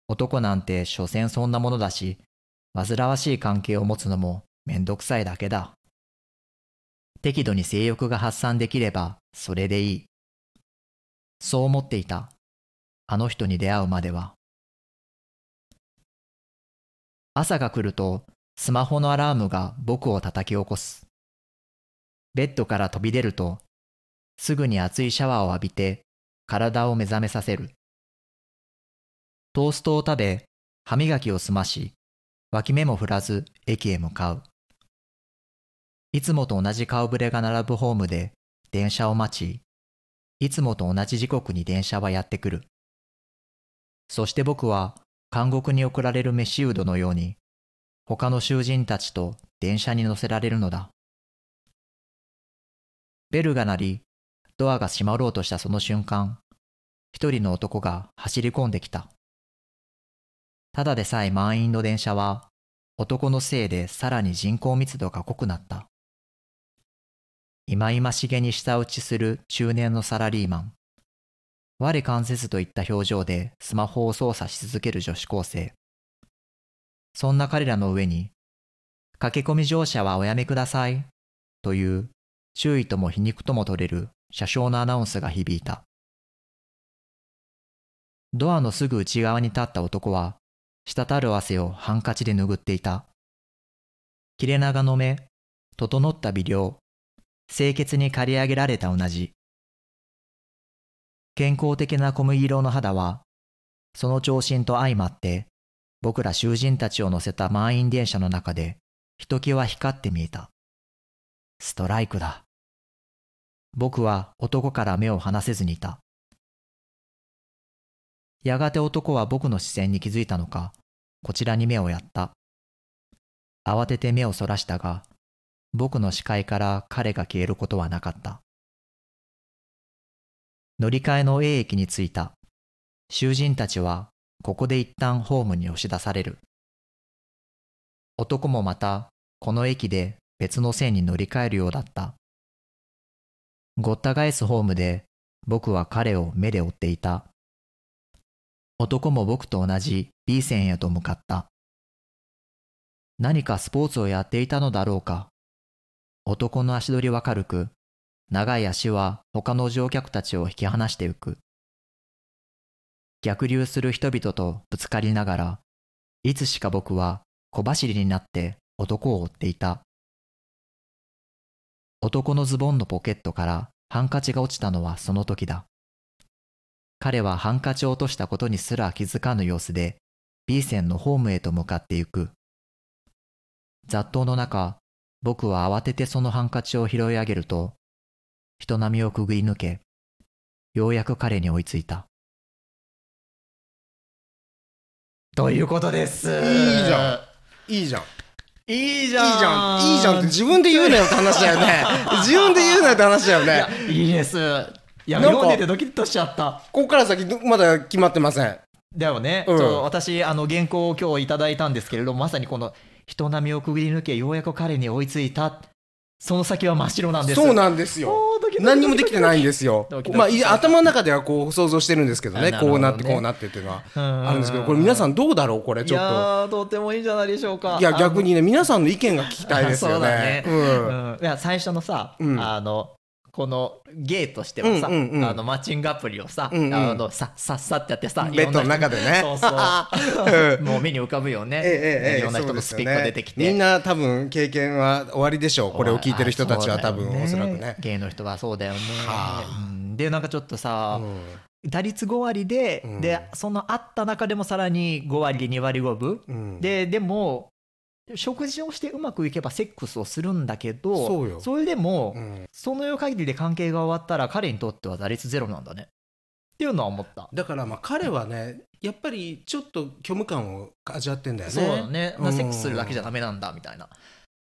[SPEAKER 2] 男なんて所詮そんなものだし、煩わしい関係を持つのもめんどくさいだけだ。適度に性欲が発散できればそれでいい。そう思っていた。あの人に出会うまでは。朝が来ると、スマホのアラームが僕を叩き起こす。ベッドから飛び出ると、すぐに熱いシャワーを浴びて、体を目覚めさせる。トーストを食べ、歯磨きを済まし、脇目も振らず駅へ向かう。いつもと同じ顔ぶれが並ぶホームで電車を待ち、いつもと同じ時刻に電車はやってくる。そして僕は監獄に送られるメシウドのように、他の囚人たちと電車に乗せられるのだ。ベルが鳴り、ドアが閉まろうとしたその瞬間、一人の男が走り込んできた。ただでさえ満員の電車は、男のせいでさらに人口密度が濃くなった。忌々しげに舌打ちする中年のサラリーマン。我関せずといった表情でスマホを操作し続ける女子高生。そんな彼らの上に、駆け込み乗車はおやめください。という、注意とも皮肉とも取れる車掌のアナウンスが響いた。ドアのすぐ内側に立った男は、滴る汗をハンカチで拭っていた。切れ長の目、整った微量、清潔に刈り上げられた同じ。健康的な小麦色の肌は、その長身と相まって、僕ら囚人たちを乗せた満員電車の中で、ひときわ光って見えた。ストライクだ。僕は男から目を離せずにいた。やがて男は僕の視線に気づいたのか、こちらに目をやった。慌てて目をそらしたが、僕の視界から彼が消えることはなかった。乗り換えの A 駅に着いた。囚人たちは、ここで一旦ホームに押し出される。男もまた、この駅で別の線に乗り換えるようだった。ごった返すホームで、僕は彼を目で追っていた。男も僕と同じ B 線へと向かった。何かスポーツをやっていたのだろうか。男の足取りは軽く、長い足は他の乗客たちを引き離していく。逆流する人々とぶつかりながら、いつしか僕は小走りになって男を追っていた。男のズボンのポケットからハンカチが落ちたのはその時だ。彼はハンカチを落としたことにすら気づかぬ様子で、B 線のホームへと向かっていく。雑踏の中、僕は慌ててそのハンカチを拾い上げると、人波をくぐり抜け、ようやく彼に追いついた。ということです。
[SPEAKER 1] いいじゃいいじゃんい
[SPEAKER 2] ん。いいじ
[SPEAKER 1] い
[SPEAKER 2] ゃん。
[SPEAKER 1] じゃんいいじゃんって自分で言うなよって話だ よね自分で言うなよって話だよね
[SPEAKER 2] いやいいです。いや、
[SPEAKER 1] なんか
[SPEAKER 2] 読んでてドキッとしちゃった。
[SPEAKER 1] ここから先まだ決まってません
[SPEAKER 2] だよね。
[SPEAKER 1] うん
[SPEAKER 2] ちょ私、あの、原稿を今日いただいたんですけれども、まさにこの、人波をくぐり抜け、ようやく彼に追いついた。その先は真っ白なんです。
[SPEAKER 1] そうんなんですよ
[SPEAKER 2] おードキドキドキドキ
[SPEAKER 1] 何にもできてないんですよ
[SPEAKER 2] ドキドキ
[SPEAKER 1] まあい頭の中ではこう想像してるんですけど
[SPEAKER 2] あ
[SPEAKER 1] ね
[SPEAKER 2] なるほどね
[SPEAKER 1] こうなってこうなってっていうのは
[SPEAKER 2] うん
[SPEAKER 1] あるんですけどこれ皆さ
[SPEAKER 2] ん
[SPEAKER 1] んどうだろうこれ
[SPEAKER 2] い
[SPEAKER 1] ちょっと
[SPEAKER 2] やーとてもいいじゃないでしょうか
[SPEAKER 1] いや逆にね皆さんの意見が聞きたいです
[SPEAKER 2] あ
[SPEAKER 1] よ
[SPEAKER 2] そうだね
[SPEAKER 1] ね。うん
[SPEAKER 2] あのうんいや最初のさ、
[SPEAKER 1] うん
[SPEAKER 2] あのこのゲーとしてはさ、
[SPEAKER 1] うんうんうん
[SPEAKER 2] あのマッチングアプリをさ、
[SPEAKER 1] うんうん
[SPEAKER 2] あのささっさってやってさ
[SPEAKER 1] ベッドの中でね。
[SPEAKER 2] そう そう もう目に浮かぶよね、いろんな人
[SPEAKER 1] そ
[SPEAKER 2] の
[SPEAKER 1] うで
[SPEAKER 2] ス
[SPEAKER 1] す
[SPEAKER 2] ピ
[SPEAKER 1] よ
[SPEAKER 2] ッが
[SPEAKER 1] ね
[SPEAKER 2] 出てきて、
[SPEAKER 1] みんな多分経験は終わりでしょうこれを聞いてる人たちは多分おそらくね。
[SPEAKER 2] 芸の人はそうだよね、
[SPEAKER 1] はあ
[SPEAKER 2] うんでなんかちょっとさ、
[SPEAKER 1] う
[SPEAKER 2] 打率5割で、
[SPEAKER 1] うん
[SPEAKER 2] でそのあった中でもさらに5割2割5分、
[SPEAKER 1] んうん
[SPEAKER 2] ででも食事をしてうまくいけばセックスをするんだけど
[SPEAKER 1] そうよ
[SPEAKER 2] れでも、
[SPEAKER 1] うん
[SPEAKER 2] その世限りで関係が終わったら彼にとっては打率ゼロなんだねっていうのは思った、
[SPEAKER 1] だからまあ彼はねやっぱりちょっと虚無感を味わってんだよ
[SPEAKER 2] そうだ
[SPEAKER 1] ね。
[SPEAKER 2] ね、
[SPEAKER 1] うん
[SPEAKER 2] セックスするだけじゃダメなんだみたいなっ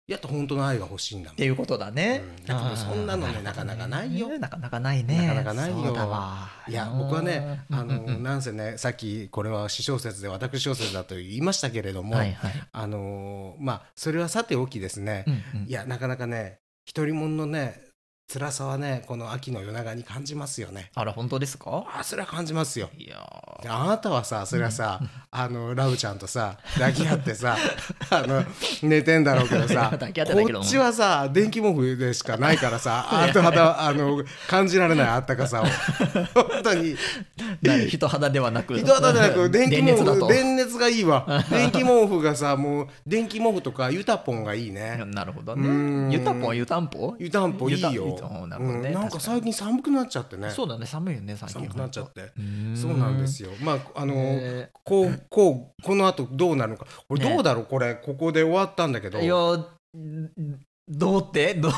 [SPEAKER 1] やっと本当の愛が欲しいんだもん。
[SPEAKER 2] ていうことだね、
[SPEAKER 1] うんだからそんなのね
[SPEAKER 2] あー
[SPEAKER 1] なかなかないよ
[SPEAKER 2] ねなかなかないね
[SPEAKER 1] なかなかないよ
[SPEAKER 2] そうだわ
[SPEAKER 1] いや僕はね
[SPEAKER 2] うん
[SPEAKER 1] あの
[SPEAKER 2] うんうん
[SPEAKER 1] なんせねさっきこれは私小説で私小説だと言いましたけれども
[SPEAKER 2] はいはい、
[SPEAKER 1] あのまあそれはさておきですね
[SPEAKER 2] うんうん
[SPEAKER 1] いやなかなかね独り者のね辛さはねこの秋の夜長に感じますよね
[SPEAKER 2] あら本当ですか
[SPEAKER 1] あそれは感じますよ
[SPEAKER 2] いやー
[SPEAKER 1] であなたはさそれはさ、あのラブちゃんとさ抱き合ってさあの寝てんだろうけど
[SPEAKER 2] いや
[SPEAKER 1] さ
[SPEAKER 2] 抱き合ってないけど
[SPEAKER 1] こっちはさ電気毛布でしかないから さあと肌あの感じられないあったかさを本当に
[SPEAKER 2] 何人肌ではなく
[SPEAKER 1] 人肌じゃなく電気毛
[SPEAKER 2] 熱だ
[SPEAKER 1] 布
[SPEAKER 2] と
[SPEAKER 1] 電熱がい いわ電気毛布がさもう電気毛布とかユタポンがいいね
[SPEAKER 2] なるほど
[SPEAKER 1] うーん
[SPEAKER 2] ね湯たんぽん湯たんぽ
[SPEAKER 1] 湯たんぽいいよ、
[SPEAKER 2] 湯たんぽなるほ
[SPEAKER 1] う
[SPEAKER 2] ど
[SPEAKER 1] ん、
[SPEAKER 2] ね
[SPEAKER 1] なんか最近寒くなっちゃってね
[SPEAKER 2] そうだね寒いよね最近
[SPEAKER 1] 寒くなっちゃって
[SPEAKER 2] うーん
[SPEAKER 1] そうなんですよまああの、
[SPEAKER 2] へ
[SPEAKER 1] こうこうこの後どうなるのかこれ
[SPEAKER 2] ね
[SPEAKER 1] どうだろうこれここで終わったんだけど
[SPEAKER 2] ーいやんどうってどう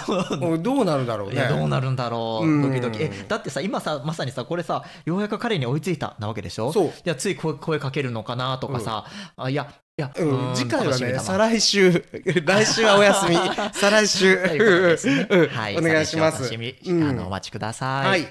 [SPEAKER 1] おどうなるだろう
[SPEAKER 2] いやどう
[SPEAKER 1] ね
[SPEAKER 2] なるんだろう、
[SPEAKER 1] うん
[SPEAKER 2] ドキドキえだってさ今さまさにさこれさようやく彼に追いついたなわけでしょ
[SPEAKER 1] そう
[SPEAKER 2] じゃつい声声かけるのかなとかさ、あいやいや、う
[SPEAKER 1] う
[SPEAKER 2] ー
[SPEAKER 1] ん、
[SPEAKER 2] ん
[SPEAKER 1] 次回は
[SPEAKER 2] 楽しみ
[SPEAKER 1] ね
[SPEAKER 2] だわ
[SPEAKER 1] 再来週 来週はお休 み再来週
[SPEAKER 2] ということです ね
[SPEAKER 1] うん
[SPEAKER 2] はい、
[SPEAKER 1] お願いします
[SPEAKER 2] 再来週お楽しみ、
[SPEAKER 1] うん
[SPEAKER 2] あのお待ちください、
[SPEAKER 1] はい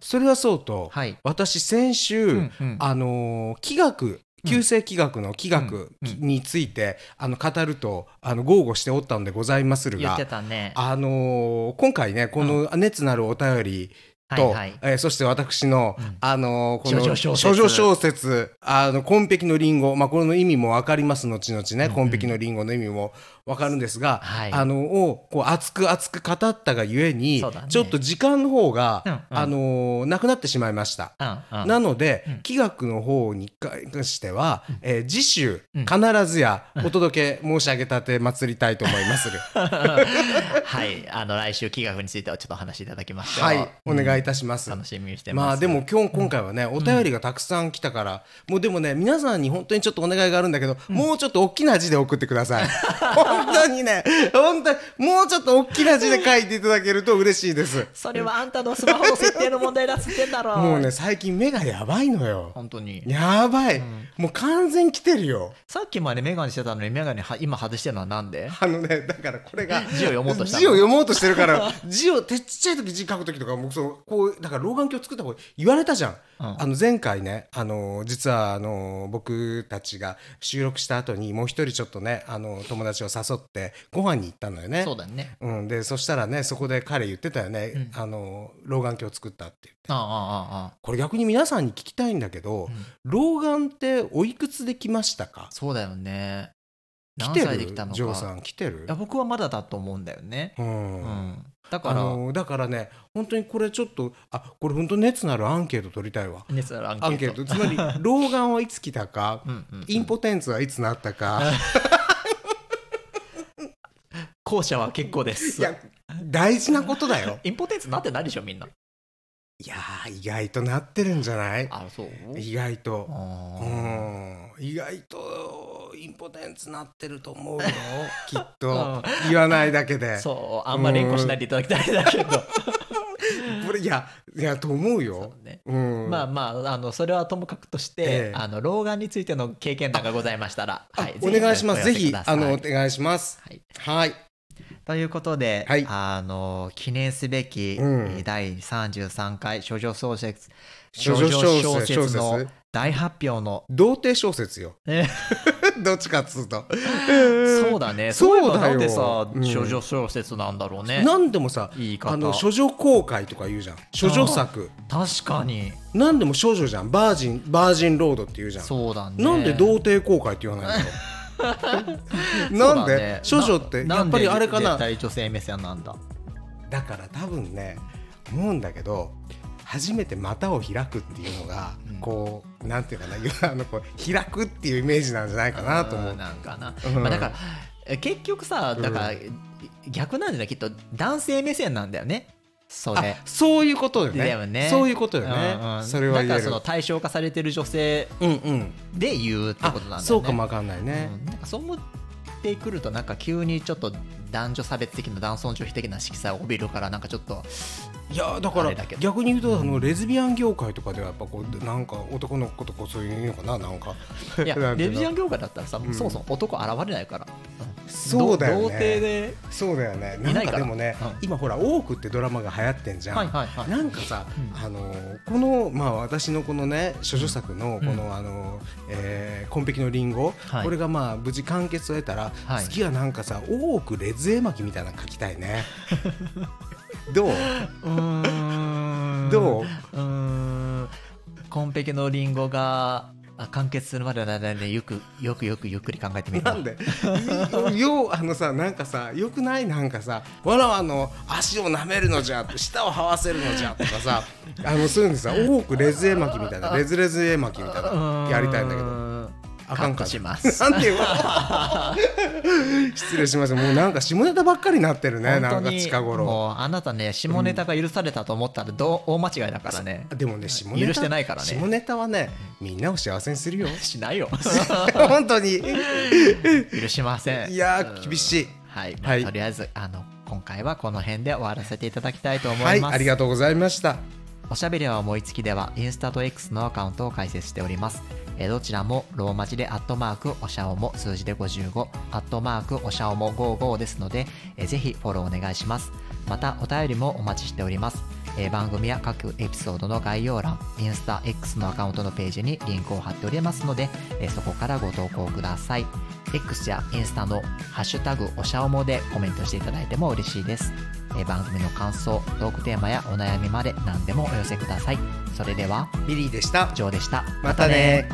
[SPEAKER 1] それはそうと、
[SPEAKER 2] はい
[SPEAKER 1] 私先週、
[SPEAKER 2] うんうん
[SPEAKER 1] あのー気学旧世気学の気学
[SPEAKER 2] うんうん
[SPEAKER 1] について、あの語るとあの豪語しておったのでございまする
[SPEAKER 2] 言って
[SPEAKER 1] が、
[SPEAKER 2] たね
[SPEAKER 1] あのー今回ねこの熱なるお便りと、
[SPEAKER 2] はいはい
[SPEAKER 1] えーそして私の、
[SPEAKER 2] うん
[SPEAKER 1] あのーこの
[SPEAKER 2] 諸女小説
[SPEAKER 1] 諸女小説「あの紺碧のリンゴ」まあ、この意味も分かります後々ね
[SPEAKER 2] うん
[SPEAKER 1] 紺碧のリンゴの意味も分かるんですが、
[SPEAKER 2] はい
[SPEAKER 1] あのをこう熱く熱く語ったがゆえに、
[SPEAKER 2] そうだね
[SPEAKER 1] ちょっと時間の方が、
[SPEAKER 2] うんうん
[SPEAKER 1] あのーなくなってしまいました。
[SPEAKER 2] うんうん
[SPEAKER 1] なので、
[SPEAKER 2] うん
[SPEAKER 1] 気学の方に関しては、えー次週
[SPEAKER 2] うん
[SPEAKER 1] 必ずやお届け申し上げたて祭りたいと思いま する。
[SPEAKER 2] はい、あの来週企画についてはちょっとお話しいただきましょう。
[SPEAKER 1] はい、お願いいた
[SPEAKER 2] し
[SPEAKER 1] します。
[SPEAKER 2] 楽しみにしてます。
[SPEAKER 1] まあでも今日今回はね、お便りがたくさん来たから、もうでもね皆さんに本当にちょっとお願いがあるんだけど、もうちょっと大きな字で送ってください。 本当にね、本当に、もうちょっと大きな字で書いていただけると嬉しいです。
[SPEAKER 2] それはあんたのスマホの設定の問題だっつってんだろ
[SPEAKER 1] もうね、最近目がやばいのよ。
[SPEAKER 2] 本当に
[SPEAKER 1] やばい。もう完全に来てるよ。
[SPEAKER 2] さっきまでメガネしてたのにメガネは今外してるのはなんで
[SPEAKER 1] あのね、だからこ れが。
[SPEAKER 2] 字を読もうとしたの
[SPEAKER 1] 字を読もうとしてるから、字を、てっちゃい時字書く時とか、もうその、こう、だから老眼鏡作った方がいい言われたじゃん。
[SPEAKER 2] ん
[SPEAKER 1] あの、前回ね、あの、実は、あの、僕たちが収録した後に、もう一人ちょっとね、あの、友達を誘って、ご飯に行ったのよね。
[SPEAKER 2] そうだね
[SPEAKER 1] うん、で、そしたらね、そこで彼言ってたよね、
[SPEAKER 2] うん
[SPEAKER 1] あの、老眼鏡作ったって言って。
[SPEAKER 2] ああああああ
[SPEAKER 1] これ逆に皆さんに聞きたいんだけど、
[SPEAKER 2] ん
[SPEAKER 1] 老眼っておいくつできましたか
[SPEAKER 2] そうだよね
[SPEAKER 1] 来
[SPEAKER 2] 何
[SPEAKER 1] て
[SPEAKER 2] 歳
[SPEAKER 1] る
[SPEAKER 2] できたのか
[SPEAKER 1] ジョーさん来てる
[SPEAKER 2] いや僕はまだだと思うんだよね
[SPEAKER 1] うん
[SPEAKER 2] うんだか
[SPEAKER 1] あ
[SPEAKER 2] ら
[SPEAKER 1] のだからね本当にこれちょっとあこれ本当熱のあるアンケート取りたいわ
[SPEAKER 2] 熱あるアンケ
[SPEAKER 1] アンケ
[SPEAKER 2] ー
[SPEAKER 1] ー
[SPEAKER 2] ト
[SPEAKER 1] トつまり老眼はいつ来たか
[SPEAKER 2] うんうんうん
[SPEAKER 1] インポテンツはいつなったか
[SPEAKER 2] 後者は結構です
[SPEAKER 1] いや大事なことだよ
[SPEAKER 2] インポテンツなってないでしょみんない
[SPEAKER 1] やー意外となってるんじゃない
[SPEAKER 2] あそう
[SPEAKER 1] 意外と
[SPEAKER 2] あ
[SPEAKER 1] う
[SPEAKER 2] ー
[SPEAKER 1] ん意外とインポテンツなってると思う よき
[SPEAKER 2] う
[SPEAKER 1] っ
[SPEAKER 2] ん
[SPEAKER 1] と言わないだけで
[SPEAKER 2] そうあんま連呼しないでいただきたいんだけど
[SPEAKER 1] これいやいやと思うよ
[SPEAKER 2] そうね
[SPEAKER 1] うん
[SPEAKER 2] まあまああのそれはともかくとして、
[SPEAKER 1] ええ
[SPEAKER 2] あの老眼についての経験談がございましたら、
[SPEAKER 1] あ
[SPEAKER 2] はい、
[SPEAKER 1] お願いしますぜひ
[SPEAKER 2] お寄せくださ
[SPEAKER 1] あ
[SPEAKER 2] い
[SPEAKER 1] の
[SPEAKER 2] は
[SPEAKER 1] お願いします
[SPEAKER 2] い、
[SPEAKER 1] はい
[SPEAKER 2] ということで、
[SPEAKER 1] はい
[SPEAKER 2] あの記念すべき、
[SPEAKER 1] うん
[SPEAKER 2] 第33回少女小説
[SPEAKER 1] 少女小説
[SPEAKER 2] 少女小説
[SPEAKER 1] 小
[SPEAKER 2] の
[SPEAKER 1] 説
[SPEAKER 2] 大発表の、
[SPEAKER 1] 童貞小説よ
[SPEAKER 2] ね
[SPEAKER 1] どっちかっつうと
[SPEAKER 2] そうだね
[SPEAKER 1] そうだ
[SPEAKER 2] いえばな
[SPEAKER 1] よ
[SPEAKER 2] んでさ、
[SPEAKER 1] うん
[SPEAKER 2] 少女小説なんだろうね
[SPEAKER 1] 何でもさ
[SPEAKER 2] 言い方
[SPEAKER 1] あの処女公開とか言うじゃん処女作
[SPEAKER 2] 確かに
[SPEAKER 1] 何でも少女じゃんバージンバージンロードって言うじゃん
[SPEAKER 2] そうだね
[SPEAKER 1] なんで童貞公開って言わないの なん
[SPEAKER 2] そうだね
[SPEAKER 1] で処女ってやっぱりあれか
[SPEAKER 2] ん
[SPEAKER 1] な
[SPEAKER 2] で絶対女性目線なんだ
[SPEAKER 1] だから多分ね思うんだけど初めて股を開くっていうのが、
[SPEAKER 2] うん
[SPEAKER 1] こうなんていうかなあのこう開くっていうイメージなんじゃないかなと思
[SPEAKER 2] ん
[SPEAKER 1] う。
[SPEAKER 2] なんかな、
[SPEAKER 1] うん
[SPEAKER 2] まあ、だからえ結局さだから、逆なんじゃないきっと男性目線なんだよねそれ
[SPEAKER 1] あそういうことよね
[SPEAKER 2] だよね
[SPEAKER 1] そういうことよね、
[SPEAKER 2] うんうん
[SPEAKER 1] それは言
[SPEAKER 2] なんか
[SPEAKER 1] える
[SPEAKER 2] その対象化されてる女性
[SPEAKER 1] うんうん
[SPEAKER 2] で言うってことなんだよね
[SPEAKER 1] あそうかもわかんないね、
[SPEAKER 2] うんなんかそう思ってくるとなんか急にちょっと男女差別的な男尊女卑的な色彩を帯びるからなんかちょっと
[SPEAKER 1] いやだ
[SPEAKER 2] あ
[SPEAKER 1] から
[SPEAKER 2] れだけど
[SPEAKER 1] 逆に言うとあのレズビアン業界とかではやっぱこうなんか男の子とかそういうのかななんか
[SPEAKER 2] いや
[SPEAKER 1] なんて
[SPEAKER 2] レ
[SPEAKER 1] いう
[SPEAKER 2] ズ
[SPEAKER 1] の
[SPEAKER 2] ビアン業界だったらさ、
[SPEAKER 1] ん
[SPEAKER 2] そもそも男現れないからうん
[SPEAKER 1] そうだよ
[SPEAKER 2] 童
[SPEAKER 1] ね
[SPEAKER 2] 貞で
[SPEAKER 1] そうだよね
[SPEAKER 2] い
[SPEAKER 1] な
[SPEAKER 2] なんいか
[SPEAKER 1] か
[SPEAKER 2] ら
[SPEAKER 1] でもね、
[SPEAKER 2] うん
[SPEAKER 1] 今ほら「多く」ってドラマが流行ってんじゃん、
[SPEAKER 2] はいはいはい
[SPEAKER 1] なんかさ、
[SPEAKER 2] うん
[SPEAKER 1] あのこの、まあ、私のこのね処女作のこの、
[SPEAKER 2] う
[SPEAKER 1] あのえー「紺碧のリンゴ」
[SPEAKER 2] はい
[SPEAKER 1] これがまあ無事完結を得たら、
[SPEAKER 2] はい
[SPEAKER 1] 次はなんかさ「多くレズ絵巻」みたいなの書きたい ねどう
[SPEAKER 2] うーん
[SPEAKER 1] どう
[SPEAKER 2] うーん紺碧のリンゴがあ完結するまでの間によくよくよくゆっくり考えてみるわ
[SPEAKER 1] なんでようあのさなんかさよくないなんかさ「わらわの足を舐めるのじゃ」舌を這わせるのじゃ」とかさあのそういうのさ多くレズ絵巻みたいなレズレズ絵巻みたいう
[SPEAKER 2] ー
[SPEAKER 1] なんやりたいんだけどあかん
[SPEAKER 2] カッ
[SPEAKER 1] か
[SPEAKER 2] トします
[SPEAKER 1] なんていうの失礼しましたもうなんか下ネタばっかりになってるねな
[SPEAKER 2] 本
[SPEAKER 1] ん
[SPEAKER 2] 当
[SPEAKER 1] か
[SPEAKER 2] に
[SPEAKER 1] 近頃
[SPEAKER 2] もうあなたね下ネタが許されたと思ったらどう大間違いだからね
[SPEAKER 1] でもね下ネタ
[SPEAKER 2] 許してないからね
[SPEAKER 1] 下ネタはねみんなを幸せにするよ
[SPEAKER 2] しない よ
[SPEAKER 1] 本当に
[SPEAKER 2] 許しません
[SPEAKER 1] いやー厳しい
[SPEAKER 2] はい、
[SPEAKER 1] はい
[SPEAKER 2] とりあえずあの今回はこの辺で終わらせていただきたいと思います、
[SPEAKER 1] はいありがとうございました
[SPEAKER 2] おしゃべりは思いつきではインスタと X のアカウントを開設しております。えーどちらもローマ字でアットマークおしゃおも数字で55アットマークおしゃおも55ですので、えーぜひフォローお願いします。またお便りもお待ちしております。えー番組や各エピソードの概要欄、インスタ X のアカウントのページにリンクを貼っておりますので、えーそこからご投稿ください。X やインスタのハッシュタグおしゃおもでコメントしていただいても嬉しいです。えー番組の感想トークテーマやお悩みまで何でもお寄せくださいそれでは
[SPEAKER 1] リリーでした
[SPEAKER 2] 以上でした
[SPEAKER 1] またね